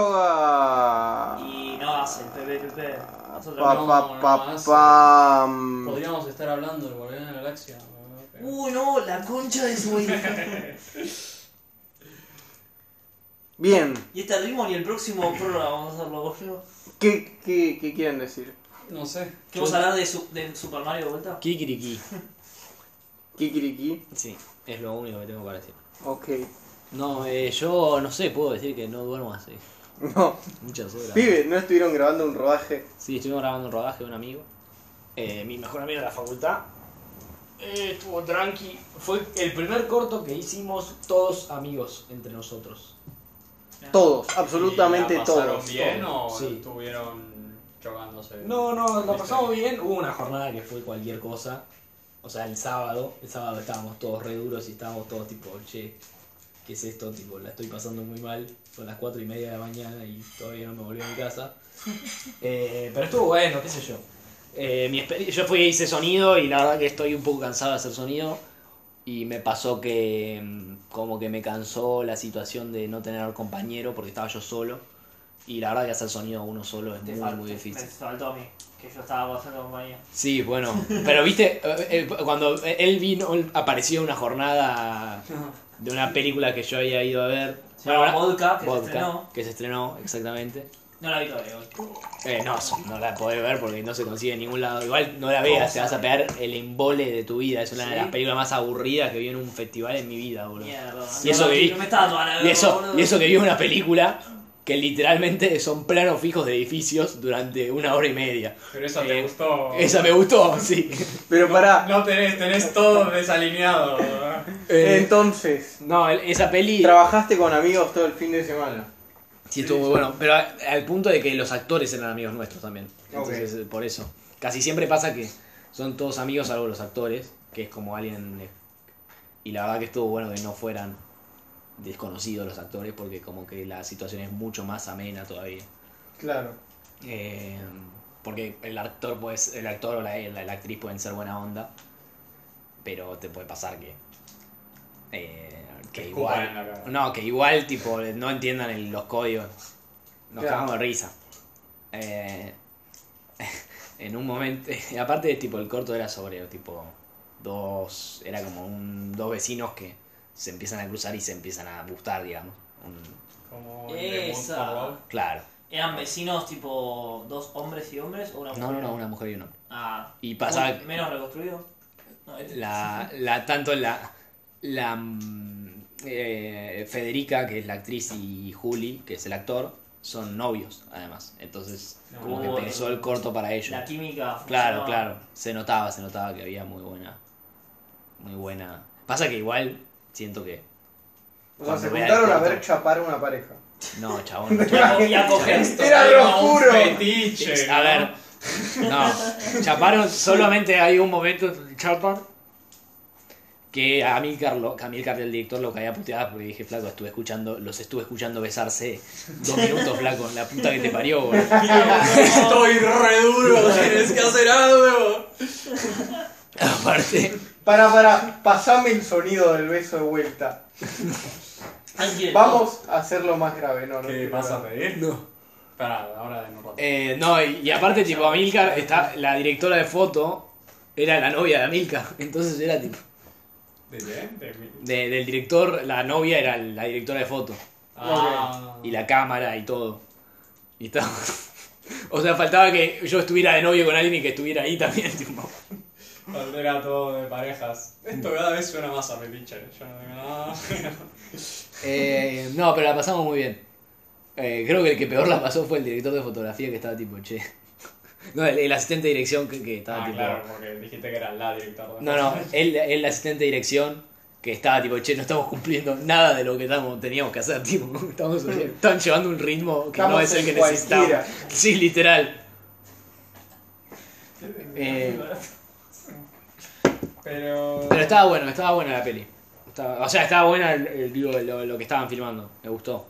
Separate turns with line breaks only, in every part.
prórroga.
Y no hacen PPPP. Nosotros
Pa,
no.
pa, pa, mm.
no hace.
pam.
Podríamos estar hablando del Guardián de la Galaxia. ¿no? Pero-
Uh.
Uy, no, la concha de su hija.
Bien,
Y este ritmo ni el próximo programa vamos a hacerlo, boludo.
¿Qué, qué, qué quieren decir?
No sé.
¿Qué vamos a hablar de, su- de Super Mario de vuelta?
Kikiriki.
Kikiriki.
Sí, es lo único que tengo para decir.
Ok.
No, eh, yo no sé, puedo decir que no duermo hace
No.
muchas horas.
Pibe, ¿no estuvieron grabando un rodaje?
Sí, estuvimos grabando un rodaje de un amigo. Eh, mi mejor amigo de la facultad. Eh, estuvo tranqui. Fue el primer corto que hicimos todos amigos entre nosotros.
Todos, absolutamente
¿Y la pasaron
todos.
bien
todos.
o
Sí.
estuvieron chocándose?
No, no, la
¿Viste?
pasamos bien. Hubo una jornada que fue cualquier cosa. O sea, el sábado, el sábado estábamos todos re duros y estábamos todos tipo, che, ¿qué es esto? Tipo, la estoy pasando muy mal. Son las 4 y media de la mañana y todavía no me volví a mi casa. Eh, pero estuvo bueno, qué sé yo. Eh, mi exper- yo fui e hice sonido y la verdad que estoy un poco cansado de hacer sonido. Y me pasó que mm, como que me cansó la situación de no tener compañero porque estaba yo solo. Y la verdad que hacer sonido uno solo es
Te
muy,
fal-
muy difícil.
Me faltó a mí, que yo estaba pasando compañía.
Sí, bueno, pero viste, Eh, eh, cuando él vino, él apareció en una jornada de una película que yo había ido a ver.
Se llama
ahora-
Vodka, que
Vodka,
se estrenó.
que se estrenó, exactamente.
No la vi todavía. igual.
Eh, no, no la podés ver porque no se consigue en ningún lado. Igual no la veas, te vas a pegar el embole de tu vida. Es una de
Sí.
las películas más aburridas que vi en un festival en mi vida, boludo.
Mierda.
Y eso
no,
que
no,
vi-
no me estaba tomando la
Y eso,
boludo.
y eso que vi una película que literalmente son planos fijos de edificios durante una hora y media.
Pero esa te
Eh,
gustó.
Esa me gustó, sí.
Pero pará,
No tenés, tenés todo desalineado. ¿verdad?
Eh,
entonces,
no, el- esa peli...
trabajaste con amigos todo el fin de semana.
Sí, estuvo muy bueno. Pero a- al punto de que los actores eran amigos nuestros también. Entonces, eh, por eso. Casi siempre pasa que son todos amigos, salvo los actores, que es como alguien. eh, Y la verdad que estuvo bueno que no fueran desconocidos los actores, porque como que la situación es mucho más amena todavía.
Claro.
Eh, porque el actor pues el actor o la, la- la actriz pueden ser buena onda, pero te puede pasar que eh, que
Te escupan en la
igual
cara.
no que igual tipo no entiendan el- los códigos. Nos
Claro.
cagamos de risa. Eh, en un momento y aparte tipo el corto era sobre tipo dos era como un, dos vecinos que se empiezan a cruzar y se empiezan a gustar digamos. Un-
Como el de
Esa.
Montparnasse.
claro.
¿Eran vecinos tipo dos hombres y hombres o una mujer?
No, no, no, una mujer y un hombre.
Ah.
Y pasaba
¿Un ¿Menos reconstruido? No, eh.
la, la tanto la la mm, eh, Federica que es la actriz y Juli que es el actor son novios además entonces
No,
como que
bueno.
pensó el corto para ellos
La química.
claro
funcionaba.
claro se notaba se notaba que había muy buena muy buena pasa que igual siento que
O sea, se
Cuando vea
juntaron
el
a
corto.
ver chapar una pareja.
no chabón
Y a- y a coger.
Era
Era
lo
un
juro.
fetiche,
a
¿no?
ver no chaparon solamente hay un momento en chapan que a mí Carlos, a mí el director lo caía puteada porque dije, flaco, estuve escuchando, los estuve escuchando besarse dos minutos, flaco, la puta que te parió, boludo.
Estoy re duro, tienes que hacer algo.
Aparte,
Para, para, pasame el sonido del beso de vuelta.
Ángel,
Vamos a hacerlo más grave, ¿no? no
¿Qué
quiero
vas a
nada.
pedir?
no.
Pará, ahora de un rato.
Eh, no, y, y aparte, tipo, Amilcar, está, la directora de foto era la novia de Amilcar, entonces era tipo,
¿De qué? De mi-
de- del director, la novia era la directora de foto.
Ah,
y la cámara y todo. Y estaba... O sea, faltaba que yo estuviera de novio con alguien y que estuviera ahí también. tipo.
cuando era todo de parejas. Esto cada vez suena más a fetiche. Yo no digo nada.
Ah, Eh, no, pero la pasamos muy bien. Eh, creo que el que peor la pasó fue el director de fotografía que estaba tipo, che. No, el, el asistente de dirección que, que estaba
Ah,
tipo.
claro, porque dijiste que era la directora. de
No, no, el, el asistente de dirección que estaba tipo, che, no estamos cumpliendo nada de lo que estamos, teníamos que hacer, tipo. Estamos, están llevando un ritmo que no
Estamos
es el
en
que necesitamos.
cualquiera.
Sí, literal. Eh,
Pero.
Pero estaba bueno, estaba buena la peli. Estaba- o sea, estaba buena el- el- digo, lo, lo que estaban filmando. Me gustó.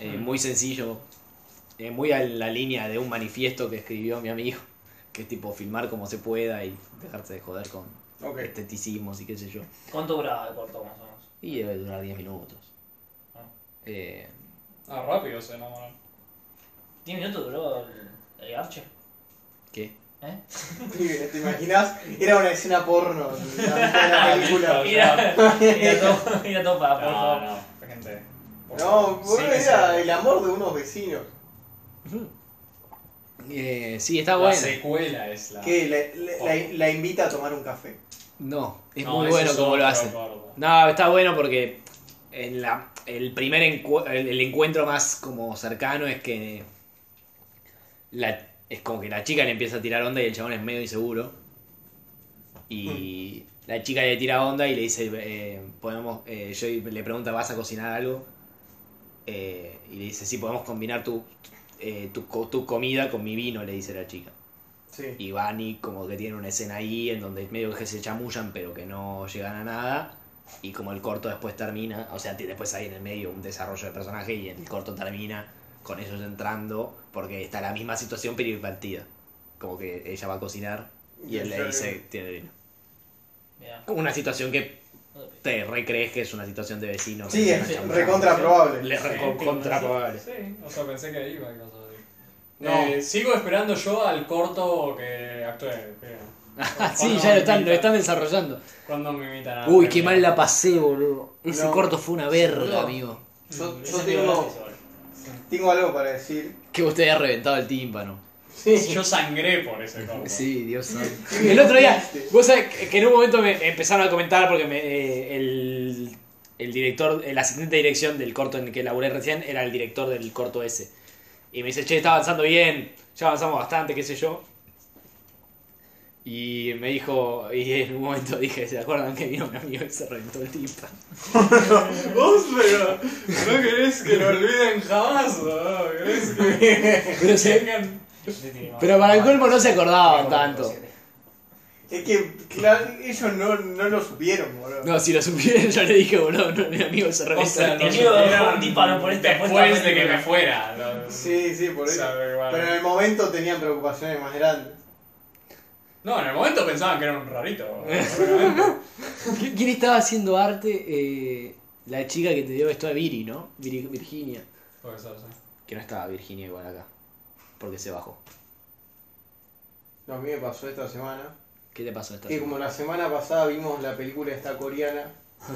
Eh,
Mm.
Muy sencillo. Eh, muy a la línea de un manifiesto que escribió mi amigo. Que es tipo filmar como se pueda y dejarse de joder con
Ok.
esteticismos y qué sé yo.
¿Cuánto duraba el corto más o menos?
Y debe durar 10 minutos.
Ah.
Eh,
Ah, rápido se enamoran.
10 minutos duró el, el garche.
¿Qué?
¿Eh?
¿Te imaginas? Era una escena porno en la mitad de la película.
Mira, mira todo, mira todo para, por
No,
favor.
no, gente. por
No,
favor,
bueno,
sí,
era
esa-
el amor de unos vecinos.
Eh, sí, está
La
bueno.
secuela es la.
Que la, la-
Oh.
la- la invita a tomar un café.
No, es
No,
muy
ese
bueno
es
como lo
otro
hacen.
gordo.
No, está bueno porque en la, el primer encu- el, el encuentro más como cercano es que la, es como que la chica le empieza a tirar onda y el chabón es medio inseguro. Y la chica le tira onda y le dice, eh, podemos, eh, yo le pregunta, ¿vas a cocinar algo? Eh, y le dice, sí, podemos combinar tu, eh, tu, co- tu comida con mi vino, le dice la chica.
Sí.
Y Vani como que tiene una escena ahí en donde medio que se chamullan pero que no llegan a nada. Y como el corto después termina, o sea, t- después hay en el medio un desarrollo de personaje y el corto termina con ellos entrando porque está la misma situación pero invertida. Como que ella va a cocinar y él le dice, tiene vino.
Mira.
Como una situación que te recrees que es una situación de vecinos.
Sí,
que se
es
están
recontra probable.
Le reco- contra probable.
Sí, o sea, pensé que iba y cosas así.
No.
Eh, sigo esperando yo al corto que actúe. que-
Ah, sí,
cuando
ya
me
lo están, lo
invitan-
están desarrollando.
Cuando me invitan a.
Uy, qué mal la pasé, boludo. Ese
No.
corto fue una
Boludo.
verga, amigo.
Yo,
Ese
yo
es mi
tengo,
gratis igual.
tengo algo para decir.
Que usted haya reventado el tímpano.
Sí.
Yo sangré por ese corto.
Sí, Dios santo. El otro día, vos sabés que- que en un momento me empezaron a comentar porque me, eh, el, el director, el asistente de dirección del corto en el que laburé recién era el director del corto ese. Y me dice, che, está avanzando bien, ya avanzamos bastante, qué sé yo. Y me dijo, y en un momento dije, ¿se acuerdan que vino mi amigo y se reventó el tímpano?
Vos, pero no querés que lo olviden jamás, ¿no? ¿Querés que
Pero, se-
tengan?
pero para el colmo no se acordaban tanto.
Es que claro, ellos no, no lo supieron, boludo.
No, si lo supieran yo le dije, boludo, no, mi amigo se reventó
O sea,
el
lo
Te quiero dar un
supieron
disparo por esta- por
Después
esta
de que
película.
me fuera. ¿no?
Sí, sí, por
O
eso.
sea, igual.
Pero en el momento tenían preocupaciones más grandes.
No, en el momento pensaban que era un rarito. obviamente.
¿Qui- ¿Quién estaba haciendo arte? Eh, la chica que te dio esto a Viri, ¿no? Viri- Virginia.
Puede ser, sí.
Que no estaba Virginia igual acá. Porque se bajó.
Lo que a mí me pasó esta semana.
¿Qué te pasó esta
Que como la semana pasada vimos la película esta coreana.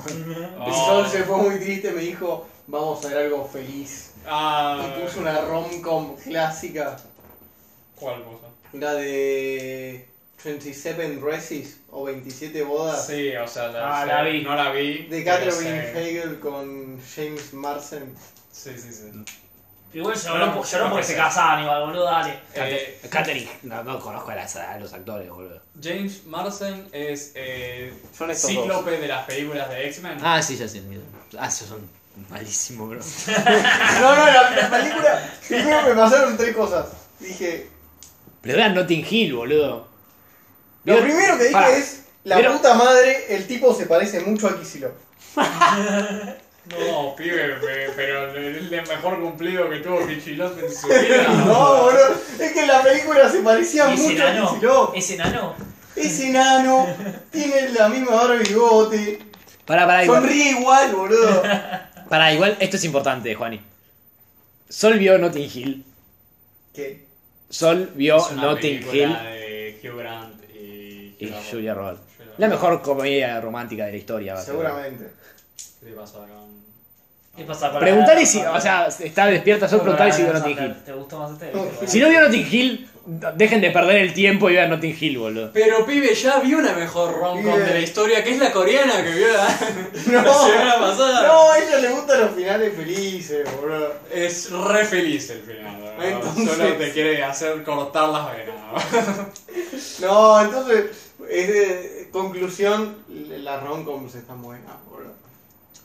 El
Oh.
sol se fue muy triste, me dijo, vamos a ver algo feliz.
Ah,
Y puso una rom-com clásica.
¿Cuál cosa?
La de 27 Dresses o 27 bodas.
Sí, o sea,
Ah,
la, sí,
la vi.
No la vi.
Ah. De
pero
Catherine
sé.
Hegel con James Marsden.
Sí, sí, sí.
Igual
No,
lloró, por- lloró
no
porque
sé.
se casaban igual, boludo, dale.
Eh,
Catherine. No, no conozco a, las- a los actores, boludo.
James Marsden es eh,
Son estos
cíclope de las películas de X-Men.
Ah, sí, ya sé. mira. Ah, esos son malísimos, bro.
dos. No, no, la, la película. Primero me pasaron tres cosas. Dije.
Pero vean Notting Hill, boludo.
Lo
Vieron-
primero que dije
Pará.
es. La
¿Vieron?
puta madre, el tipo se parece mucho a Kicillof.
No, pibe, pe- pero es el mejor cumplido que tuvo Pichilot en su vida.
No, boludo. Es que en la película se parecía
¿Y ese
mucho a
nano?
Kicillof.
¿Ese nano?
Es enano, tiene la misma barba y bigote.
Pará, pará, igual.
Sonríe igual, boludo.
Pará, igual. Esto es importante, Juani. Sol vio Notting Hill.
¿Qué?
Sol vio
Es una
Notting
película
Hill
de Hugh Grant y,
y
Julia
Julia Roberts.
Roberts.
La mejor comedia romántica de la historia, va a ser.
Seguramente.
¿Qué le pasa con...?
¿Qué pasa con
Preguntale si, o sea, está despierta, solo preguntale si vio Notting Hill.
¿Te gustó más este?
Si no vio Notting Hill, dejen de perder el tiempo y vean Notting Hill, boludo.
Pero pibe, ya vi una mejor rom-com
Bien.
de la historia, que es la coreana que vio ¿eh? la, la
No.
semana pasada.
No, a ella le gustan los finales felices, boludo.
Es re feliz el final, ¿no?
Entonces-
Solo te quiere hacer cortar las venas. ¿no?
No, entonces, eh, conclusión, las romcoms están buenas, boludo.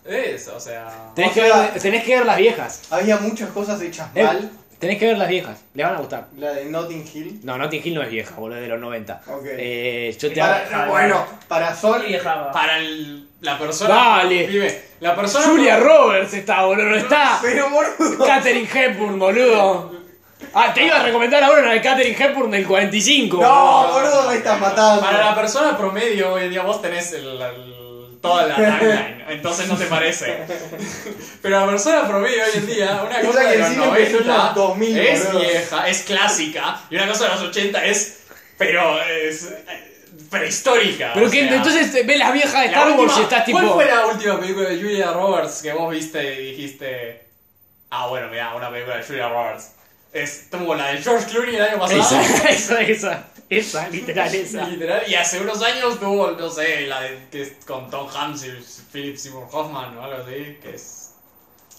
Es, o sea...
Tenés,
O
que,
sea-
ver, tenés que ver las viejas.
Había muchas cosas hechas
Eh.
mal,
Tenés que ver las viejas. Les van a gustar.
la de Notting Hill.
No, Notting Hill no es vieja, boludo, es de los 90.
Ok.
Eh, yo te
Para-
Claro.
bueno, para Sol,
vieja.
Para el- la persona...
Dale.
Pibe, la persona...
Julia Roberts está, boludo, no está.
pero boludo.
Catherine Hepburn, boludo. Ah, te iba a recomendar ahora una de Catherine Hepburn del 45.
No, boludo, me estás matando.
Para la persona promedio hoy en día vos tenés el, el toda la timeline. Entonces no te parece. Pero la persona promedio hoy en día, una cosa
Piensa que
de
el
los
cine empezó en
90
los 2000,
es
boludo.
vieja, es clásica, y una cosa de los 80 es. Pero es. eh, prehistórica.
Pero
o
que
sea.
entonces te- ves las viejas de
La
Star Wars
última-
y estás tipo.
¿Cuál fue la última película de Julia Roberts que vos viste y dijiste. Ah, bueno, mira, una película de Julia Roberts? Es como la de George Clooney el año pasado.
Esa, esa, esa. Esa, literal, esa.
Literal, y hace unos años tuvo, no sé, la de, que es con Tom Hanks y Philip Seymour Hoffman o algo así, que es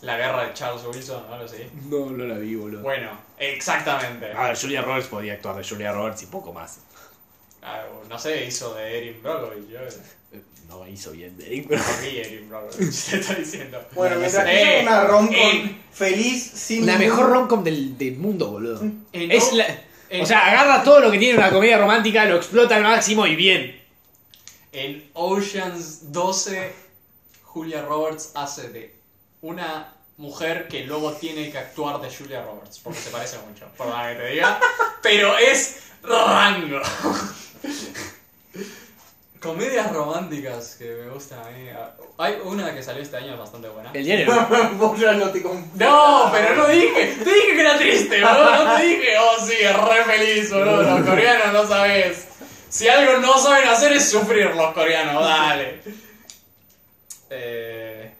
la guerra de Charles Wilson o algo así.
No, no la vi, boludo.
Bueno, exactamente.
Ah.
A ver, Julia Roberts podía actuar de Julia Roberts y poco más.
Ah, no sé, hizo de Erin Brockovich, yo
Eh, No hizo bien de Eric,
no
pero.
vi Erin Brockovich, te estoy diciendo.
Bueno, mientras
Eh,
que es una rom
eh.
con feliz sin.
La
ningún-
mejor romcom del, del mundo, boludo.
En
Es
no-
la,
en-
o sea, agarra todo lo que tiene una comedia romántica, lo explota al máximo y bien.
En Oceans 12, Julia Roberts hace de una mujer que luego tiene que actuar de Julia Roberts, porque se parece mucho, por lo que te diga, pero es rango. Comedias románticas que me gustan a mí. Hay una que salió este año bastante buena.
El diario.
Vos ya no te confundas.
No, pero no dije, te dije que era triste, boludo, no te dije, oh sí, re feliz, boludo, los coreanos no sabes. Si algo no saben hacer es sufrir los coreanos, dale. Eh,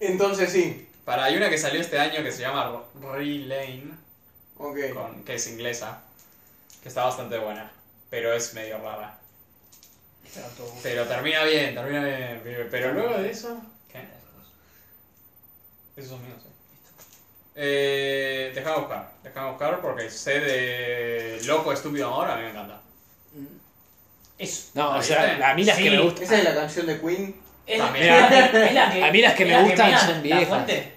Entonces sí.
para, hay una que salió este año que se llama Re Lane,
Ok.
con- que es inglesa, que está bastante buena, pero es medio rara. Pero termina bien, termina bien, pibe, pero luego de eso, ¿qué? Esos son míos, eh. Eh, déjame buscar, déjame buscar porque sé de Loco Estúpido Amor, a mí me encanta.
Es,
No,
¿La
o sea, a mí las
Sí.
que me gustan.
Esa es la canción de Queen.
es,
También.
es la que,
A mí las que
es
me
la
gustan
mira
son
la
viejas.
fuente.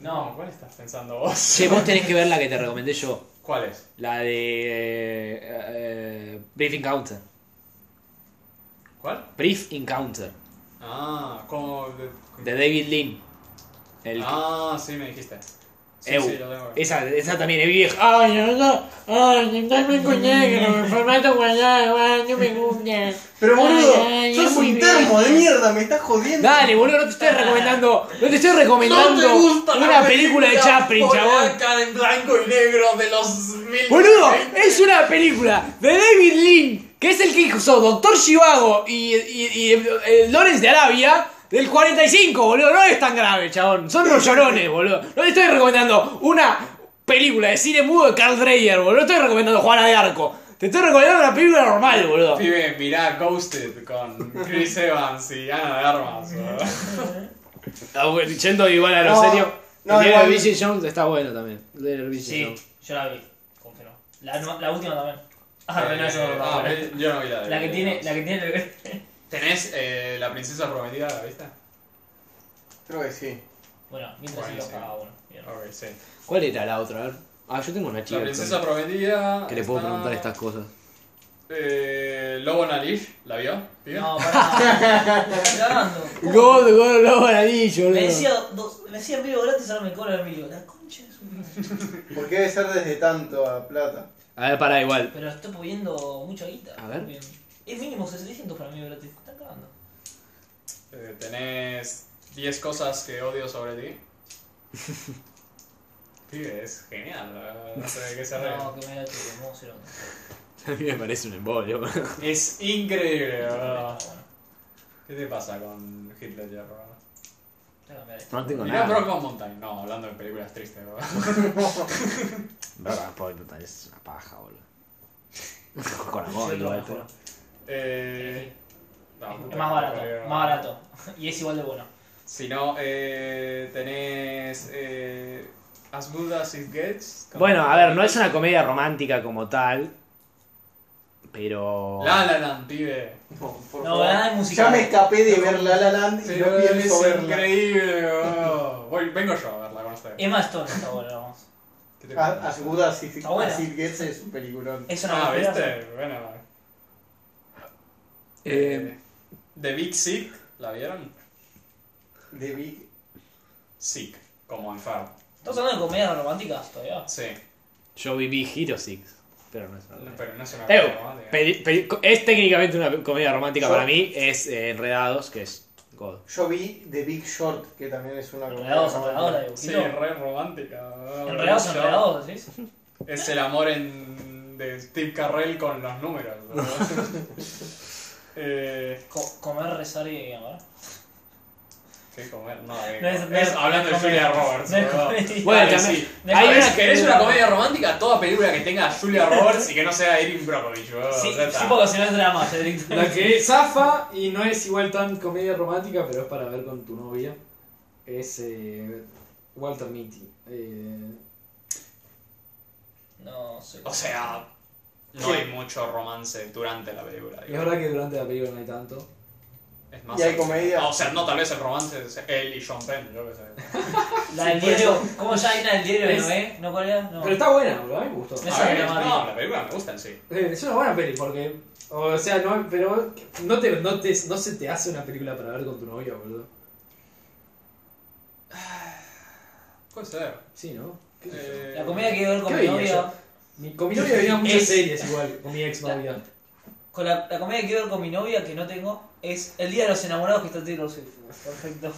No, ¿cuál estás pensando vos?
Che, vos tenés que ver la que te recomendé yo.
¿Cuál es?
La de. eh, eh, Brief Encounter.
¿Cuál?
Brief Encounter.
Ah, como... de-
De David Lynn. El-
Ah, sí, me dijiste. Sí,
Eu.
sí, lo tengo. que-
esa, esa también es vieja. Ay, no, no. Ay, no me negro. Me formato guardado. Ay, no me gusta.
Pero boludo,
Ay, ay,
sos
es muy
un termo eh. de mierda, me estás jodiendo.
Dale, boludo, no te estoy recomendando. No te estoy recomendando
¿No te gusta la
una película de Chaplin, chabón.
polaca en blanco y negro de los mil...
Boludo, es una película de David Lynn, que es el que hizo Doctor Chivago y, y, y, eh, Lawrence de Arabia del 45, boludo. No es tan grave, chabón. Son rollorones, boludo. No te estoy recomendando una película de cine mudo de Carl Dreyer, boludo. No te estoy recomendando Juana de Arco. Te estoy recomendando una película normal, boludo.
Pibe, mirá Ghosted con Chris Evans y Ana de Armas. ¿verdad?
Ah, bueno, Yendo igual a lo
No,
serio.
no,
el
igual-
de Bridget Jones está bueno también. El de Bridget
Sí,
Jones.
yo la vi, confirmo. La, nu- la última también. Ah, pero no, eso no,
Eh,
no,
ah,
no.
ve- Yo no vi la de
La que
de-
tiene, la que tiene el
¿Tenés eh, la princesa prometida, la viste?
Creo que sí.
Bueno, mientras sí lo
Buenísimo. Ah,
pagaba uno. Bien.
Ok, sí.
¿Cuál era la otra? A ver. Ah, yo tengo una chica
La princesa prometida.
que le puedo
está-
preguntar estas cosas.
Eh, Lobo Nariz, ¿la vio? pibe?
No, pará. Me está grabando.
Gol, gol, gol, anillo,
Me decía, dos, me decía medio gratis, ahora me cobra el medio. La concha es un...
¿Por qué debe ser desde tanto a plata?
A ver, pará, igual.
Pero estoy pudiendo mucha guita.
A ver.
Bien. Es mínimo 600 para mí gratis. Está cagando.
Eh, tenés 10 cosas que odio sobre ti. Pibe, es genial. eh, No sé de qué se ríe.
No, que me da chido, me voy a hacer
A mí me parece un embolio.
Es increíble,
onda.
¿verdad?
Está bueno.
¿Qué te pasa con Hitler, ya, verdad?
Está cambiado.
No tengo
Mirá
nada.
Brokeback Mountain. No, hablando de películas tristes, ¿verdad?
Broca, pobre puta, es una paja, boludo. Con
Sí,
amor,
otro
igual,
mejor.
pero.
Eh, no,
Es
puta,
más
no
barato,
creo.
más barato. Y es igual de bueno.
Si no, eh, tenés eh, As Good As It Gets. con-
Bueno, a ver, no es una comedia romántica como tal. Pero.
La La Land, pibe.
No, por
No,
favor.
nada de musical.
Ya me escapé de ver La La Land y
Sí,
no
es
pienso verla.
increíble, boludo. Voy, vengo yo a verla con
Eh,
ustedes.
Emma Stone está buena, vamos.
¿Qué te
A-
parece?
As Good As It-
Está buena.
As It Gets es un peliculón.
Es una
Ah,
película.
¿viste? Bueno.
Eh,
The Big Sick, ¿la vieron?
De Big.
Sick, como enfermo.
¿Estás hablando de comedias románticas todavía?
Sí.
Yo viví Hero Six.
Pero no es una
No,
comedia.
pero no es una
Ew,
comedia romántica.
peli- peli- es técnicamente una comedia romántica
Yo-
para mí, es eh, Enredados, que es God.
Yo vi The Big Short, que también es una
Enredados,
comedia
enredados, la de
Sí,
Busquito.
re romántica.
Enredados,
Yo-
enredados, ¿sí?
Es el amor en, de Steve Carrell con los números. ¿verdad? eh,
Co- comer, rezar y amar.
¿Qué comer? No, eh,
No es- no
es
es-
hablando
no
de
es
Julia
comedia.
Roberts.
No es
¿verdad?
comedia.
Bueno,
Dale,
también-
sí.
Hay
A ver,
una-
si Ah, querés una comedia romántica, toda película que tenga a Julia Roberts y que no sea Erin Brockovich. ¿verdad?
Sí,
O sea,
sí,
está.
porque si no es drama, ya directamente.
La que zafa y no es igual tan comedia romántica, pero es para ver con tu novia, es eh, Walter Mitty. Eh,
No sé.
O sea, no
Sí.
hay mucho romance durante la película.
es
digo.
verdad que durante la película no hay tanto.
Es más Ah,
Y hay comedia.
O sea, no, tal vez el romance es él y Sean Penn, yo qué sé.
La del
Sí, por
diario. ¿Cómo se llama el diario de
Es-
Noé? ¿No cuál era? No.
Pero está buena, boludo, a mí me gustó.
Esa
A
me
mí-
llama
Ah, no,
bien.
la película me gusta en sí.
Eh, Es una buena peli porque, o sea, no, pero no, te, no, te- no se te hace una película para ver con tu novia, boludo.
Puede ser.
Sí, ¿no? ¿Qué sé yo?
Eh,
La comedia que iba a ver con
¿Qué
mi
veía
novia.
yo? Mi- Con mi novia veía muchas
Es-
series igual, con mi ex novia.
Con la, la comedia que iba a ver con mi novia que no tengo es El Día de los Enamorados que está Taylor Swift. Perfecto.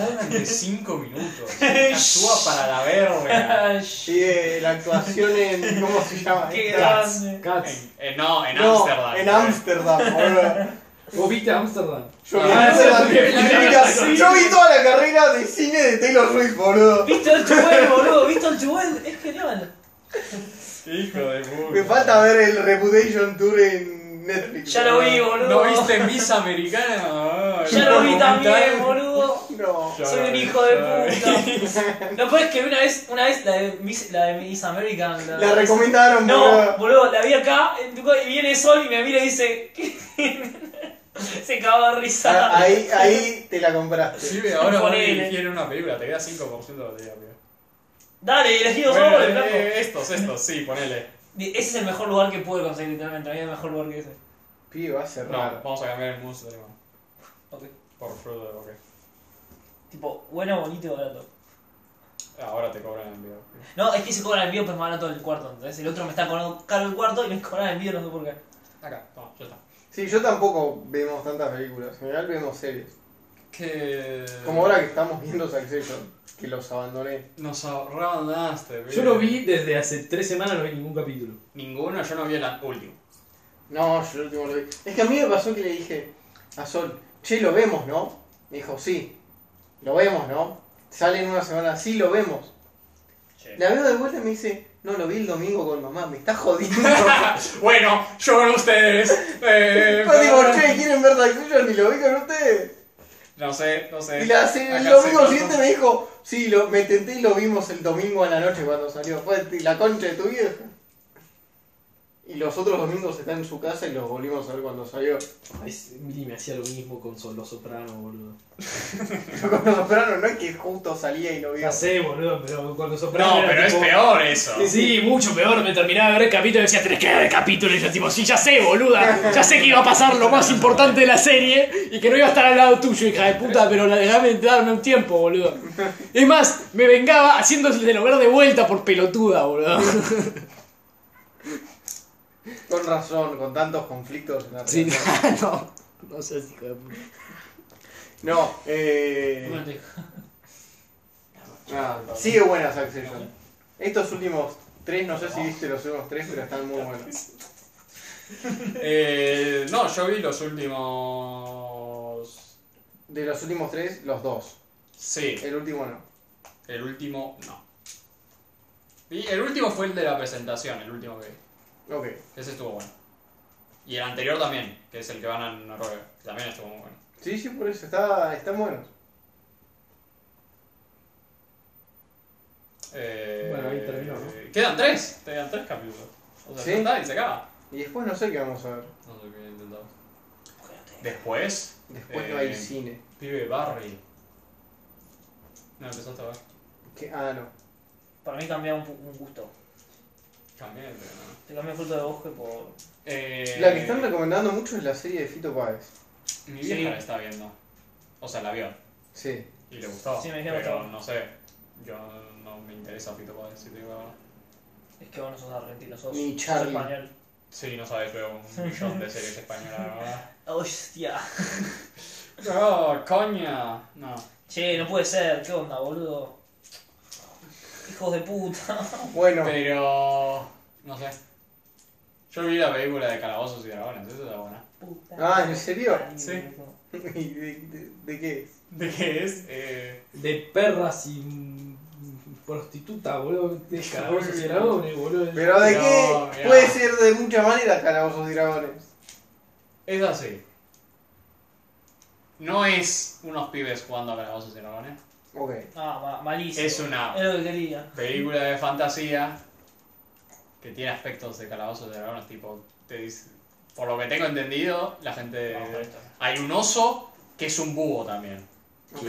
Hablan de 5 minutos. Actúa para la verga.
Sí, eh, la actuación en. ¿Cómo se llama?
Qué
Esta-
grande.
Cats.
En- en- no, en
No,
Ámsterdam.
En Ámsterdam, boludo.
¿Vos viste Amsterdam?
Yo vi
Ah,
Ámsterdam,
sí, sí,
yo vi-
sí.
Yo vi toda la carrera de cine de Taylor Swift, boludo.
¿Viste el Chubuel, boludo? ¿Viste el Chubuel? Es genial.
Hijo de puta.
Me falta ver el Reputation Tour en Netflix.
Ya lo vi, boludo.
¿No viste Misa Americana? Ay,
Ya lo vi
documental.
también, boludo.
No.
Ya
Soy
lo
un
vi,
hijo de
ya lo vi.
puta. No, pues es que una vez, una vez la de Miss, la de Miss American.
La recomendaron,
No,
boludo.
boludo, la vi acá en Tucumán, y viene Sol y me mira y dice. ¿qué? Se cagaba de risa.
Ah, Ahí, ahí te la compraste.
Sí, ve, ahora voy a
Ponele.
dirigir una película, te queda 5% de batería, amigo.
Dale, elegido
Bueno,
solo, de
eh,
blanco.
estos, estos, sí, ponele.
Ese es el mejor lugar que pude conseguir, literalmente. A mí es el mejor lugar que ese.
Pibe, va a ser
No,
raro.
vamos a cambiar el mood de tema.
Ok.
Por fruto de bokeh.
Tipo, bueno, bonito y barato.
Ahora te cobran el envío.
No, es que se cobra el envío, pues más barato el cuarto. Entonces, el otro me está cobrando caro el cuarto y me cobran el envío, no sé por qué.
Acá, toma, ya está.
Sí, yo tampoco vemos tantas películas. En general vemos series.
Que.
Como ahora que estamos viendo Succession, que los abandoné.
Nos este, abandonaste,
Yo lo vi desde hace tres semanas, no vi ningún capítulo.
Ninguno, yo no vi el último.
No, yo el último lo vi. Es que a mí me pasó que le dije a Sol, che, lo vemos, ¿no? Me dijo, sí, lo vemos, ¿no? Sale en una semana, sí, lo vemos.
Che.
La veo de vuelta y me dice, no, lo vi el domingo con mamá, me está jodiendo.
Bueno, yo con ustedes. Eh,
Yo digo, che, ¿quieren ver Succession? Y lo vi con ustedes.
No sé, no sé.
Y la, se- el
Acá
domingo
se-
siguiente me dijo, sí, lo, me tenté y lo vimos el domingo a la noche cuando salió. Fue t- la concha de tu vieja. Y los otros domingos están en su casa y los volvimos a ver cuando salió.
Es- Milly me hacía lo mismo con Sol- Los Soprano, boludo.
Pero con los sopranos no es que justo salía y lo vio.
Ya sé, boludo, pero con Los Soprano.
No,
era
pero es
tipo-
peor eso.
Sí, mucho peor. Me terminaba de ver el capítulo y decía, tenés que ver el capítulo. Y yo, tipo, sí, ya sé, boluda. Ya sé que iba a pasar lo más importante de la serie y que no iba a estar al lado tuyo, hija de puta, pero la dejame darme un tiempo, boludo. Es más, me vengaba haciéndoselo ver de vuelta por pelotuda, boludo.
Con razón, con tantos conflictos en la
Sí,
relación.
no. No seas hijo de puta.
No, eh.
Ah,
nada, sigue buena Succession. Estos últimos tres, no sé si viste los últimos tres, pero están muy buenos.
Eh, no, yo vi los últimos.
De los últimos tres, los dos.
Sí,
El último no.
el último no. Vi- el último fue el de la presentación, el último que vi.
Ok.
Ese estuvo bueno. Y el anterior también, que es el que van a Noruega, que también estuvo muy bueno.
Sí, sí, por eso. Está, están buenos.
Eh,
Bueno, ahí terminó, ¿no?
eh, Quedan tres, quedan tres capítulos. O sea,
¿Sí?
ya está y se acaba.
Y después no sé qué vamos a ver.
No sé qué intentamos. Después.
Después
Eh,
no hay cine.
Pibe Barry. No, empezaste a ver.
¿Qué? Ah, no.
Para mí cambiaba un, pu- un gusto.
Cambié, pero no.
Te cambié el fruto de bosque por.
Eh,
La que están recomendando mucho es la serie de Fito Páez.
Mi vieja
Sí.
la está viendo. O sea, la vio.
Sí.
Y le gustó.
Sí, me dijeron
pero
que-
no sé. Yo no me interesa Fito Páez, si te digo la verdad.
Es que vos no sos argentino, sos,
Ni
sos
Charlie.
español.
Sí, no sabes, veo un millón de series españolas, la verdad.
Hostia.
¡Oh, coña! No.
Che, no puede ser, ¿qué onda, boludo? Hijos de puta.
Bueno,
Eh. Pero. No sé. Yo vi la película de Calabozos y Dragones, eso está buena.
Puta
Ah, ¿en serio?
Sí.
¿y de, de- de qué es?
¿De qué es? Eh,
De perras y mm, prostituta, boludo. De calabozos y dragones, boludo.
Pero de
No,
qué
mirá.
puede ser de muchas maneras calabozos y dragones.
es así. No es unos pibes jugando a Calabozos y Dragones.
Ok.
Ah, ma- malísimo.
Es una
Es lo que quería.
película de fantasía que tiene aspectos de calabozos de dragones, tipo, te dice, por lo que tengo entendido, la gente...
Vamos con esto.
hay un oso que es un búho también,
Ok.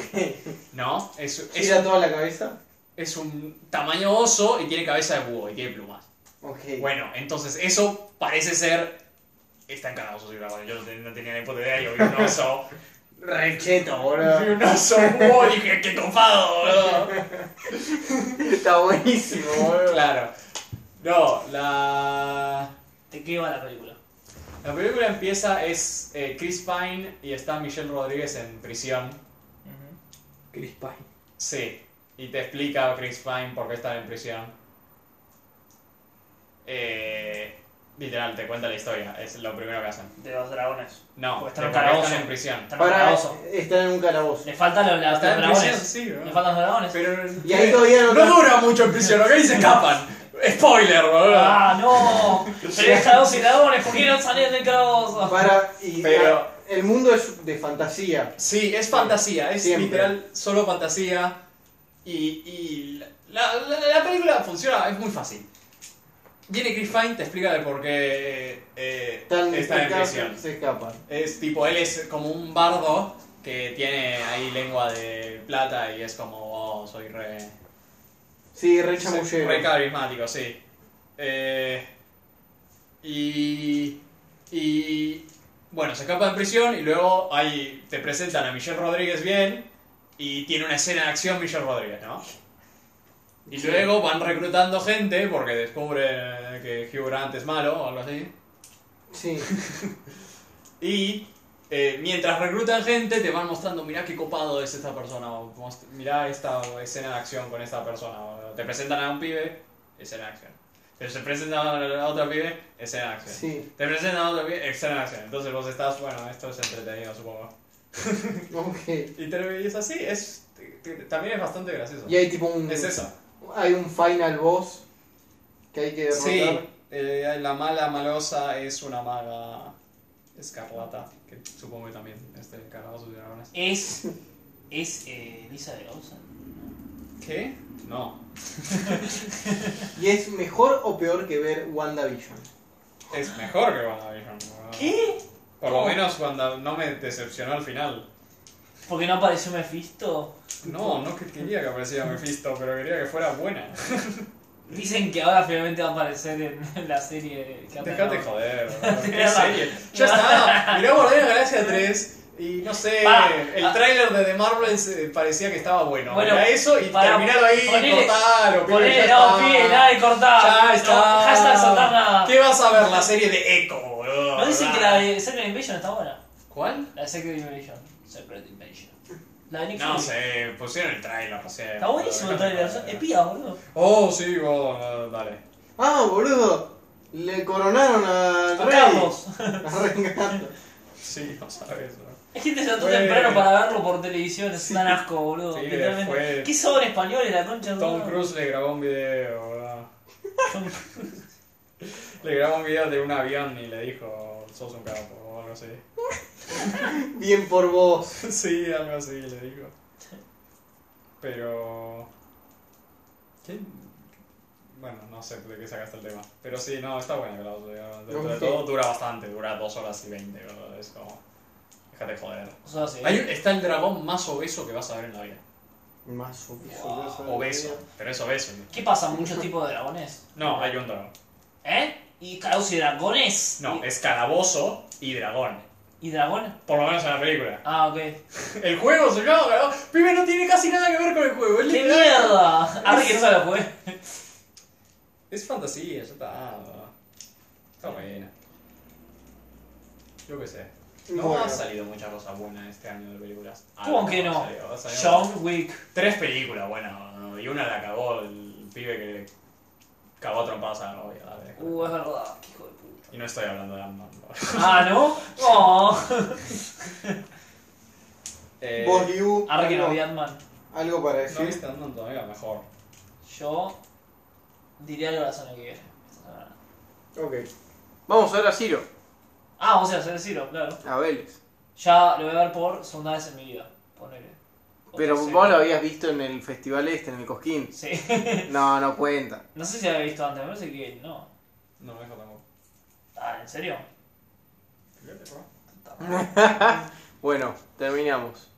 ¿no? Es, es,
¿Gira toda la cabeza?
es un tamaño oso y tiene cabeza de búho y tiene plumas.
Ok.
Bueno, entonces eso parece ser... Está en calabozos y dragones, yo no, ten- no tenía ni puta idea, yo vi un oso,
Recheto,
vi
boludo.
un oso búho y dije, qué copado, boludo.
Está buenísimo, boludo.
Claro. No, la...
¿De qué va la película?
La película empieza, es eh, Chris Pine y está Michelle Rodríguez en prisión.
Chris Pine.
Sí. Y te explica Chris Pine por qué están en prisión. Eh, literal, te cuenta la historia, es lo primero que hacen.
De los dragones.
No,
Porque
de
Pues están en
por qué
calabozo.
están en prisión.
Están en un
Para
calabozo.
estar en un calabozo.
Le faltan los, los
Están en prisión,
dragones.
sí.
Le
¿no?
faltan los dragones.
Pero
Y ahí todavía no-
no dura mucho en prisión, ¿ok? Y se escapan. Spoiler, boludo.
¡Ah, no! Se deja dos y dragones, ¿por qué no salen del calabozo?
Para, y
Pero-
el mundo es de fantasía.
Sí, es fantasía, es
Siempre.
literal solo fantasía. Y, y la, la- la- la película funciona, es muy fácil. Viene Chris Pine, te explica de por qué eh,
Están
está en
escapan,
prisión.
Se escapan.
Es tipo, él es como un bardo que tiene ahí lengua de plata y es como, oh, soy re...
Sí, re
soy
chamullero.
re carismático, sí. Eh, y... Y... Bueno, se escapa en prisión y luego ahí te presentan a Michelle Rodríguez bien y tiene una escena de acción Michelle Rodríguez, ¿no? Y luego van reclutando gente porque descubren que Hugh Grant es malo o algo así.
Sí.
Y eh, mientras reclutan gente, te van mostrando, mirá qué copado es esta persona, o most- mirá esta escena de acción con esta persona. o te presentan a un pibe, escena de acción. Te se presentan a otro pibe, escena de acción.
Sí.
Te presentan a otro pibe, escena de acción. Entonces vos estás, bueno, esto es entretenido, supongo.
Ok.
Y, te, y es así, es, t- t- también es bastante gracioso.
Y hay tipo un.
Es eso.
Hay un final boss que hay que
Sí,
derrotar.
eh, la mala malosa es una maga escarlata, que supongo que también este calabozo de dragones.
Es. Es eh, Lisa de Rosa.
¿Qué? No.
¿Y es mejor o peor que ver WandaVision?
Es mejor que WandaVision. boludo.
¿Qué?
Por lo
¿Cómo?
menos cuando no me decepcionó al final.
¿Por qué no apareció Mephisto?
No, no que quería que apareciera Mephisto, pero quería que fuera buena.
Dicen que ahora finalmente va a aparecer en la serie que
Dejate joder, boludo. ¿Qué
Tenés
serie? Ya está. Mirá Guardianes de la Galaxia 3 y no sé,
Pará,
el
ah.
tráiler de The Marvels eh, parecía que estaba bueno.
Bueno,
Mirá eso y
pará,
terminalo ahí,
ponele-
cortalo, pibe, ya
Ponele, no,
está.
pibe, nada de cortar.
Ya
No,
está.
hashtag soltar nada.
¿Qué vas a ver? La serie de Echo, boludo.
No dicen que la de Secret Invasion está buena.
¿Cuál?
La de Secret Invasion. Secret Invasion. La de Nick
No
Fury.
sé, pusieron el tráiler recién.
Está buenísimo el ¿eh?
boludo,
trailer.
dejate
Son
de
espías, boludo.
Oh, sí, vos, no, dale.
Ah, boludo. Le coronaron al
A
rey.
Carlos.
A Rey Gato.
Sí, no sabes. ¿no?
Hay gente que se levantó
Fue-
temprano para verlo por televisión. Es tan asco, boludo.
Sí,
literalmente.
fue-
¿Qué son españoles la concha? de
Tom
tu
Cruise le grabó un video, ¿verdad?
madre?
Le grabó un video de un avión y le dijo, sos un capo, o algo así.
Bien por vos.
Sí, algo así le dijo. Pero... ¿Qué? Bueno, no sé de qué sacaste el tema. Pero sí, no, está bueno que lo Dentro de
Ok.
todo dura bastante, dura dos horas y veinte, ¿verdad? Es como... Déjate joder.
O sea, sí.
Hay un- está el dragón más obeso que vas a ver en la vida.
Más obeso.
Wow,
Dios mío.
Obeso, pero es obeso.
¿Qué pasa? Muchos tipos de dragones.
No, hay un dragón.
¿Eh? ¿Y calabozos y dragones?
No,
¿Y,
es calabozo y dragón.
¿Y dragones?
Por lo menos en la película.
Ah, ok.
El juego se llama ¿no? Pibe no tiene casi nada que ver con el juego. es
¡Qué
literal.
mierda! Ahora que no se lo jugué.
Es fantasía, ya está. Está buena. Yo qué sé. No
Bueno.
ha salido mucha cosa buena este año de películas.
¿Cómo
Algo
que no?
salió, ha salido-
John Wick.
Tres películas, bueno, y una la cagó el pibe que le cagó a trompadas a la novia. dale.
Uh, es verdad, qué hijo de puta.
Y no estoy hablando de Ant-Man. ¿no?
Ah, ¿no? Oh.
Eh,
Vos, Liu,
Ahora que no
algo,
vi Ant-Man.
algo para
no
decir.
viste Ant-Man todavía, mejor.
Yo diría algo la semana que viene. Esta semana.
ok. Vamos a ver a Ciro,
Ah, vamos a hacer el Zero, claro.
a Vélez.
Ya lo voy a ver por segunda vez en mi vida. Ponele. O
Pero
tercera.
vos lo habías visto en el festival este, en el Cosquín.
Sí.
No, no cuenta.
no sé si lo había visto antes, me parece que no.
No me dejo tampoco.
Ah, ¿en serio?
Bueno, terminamos.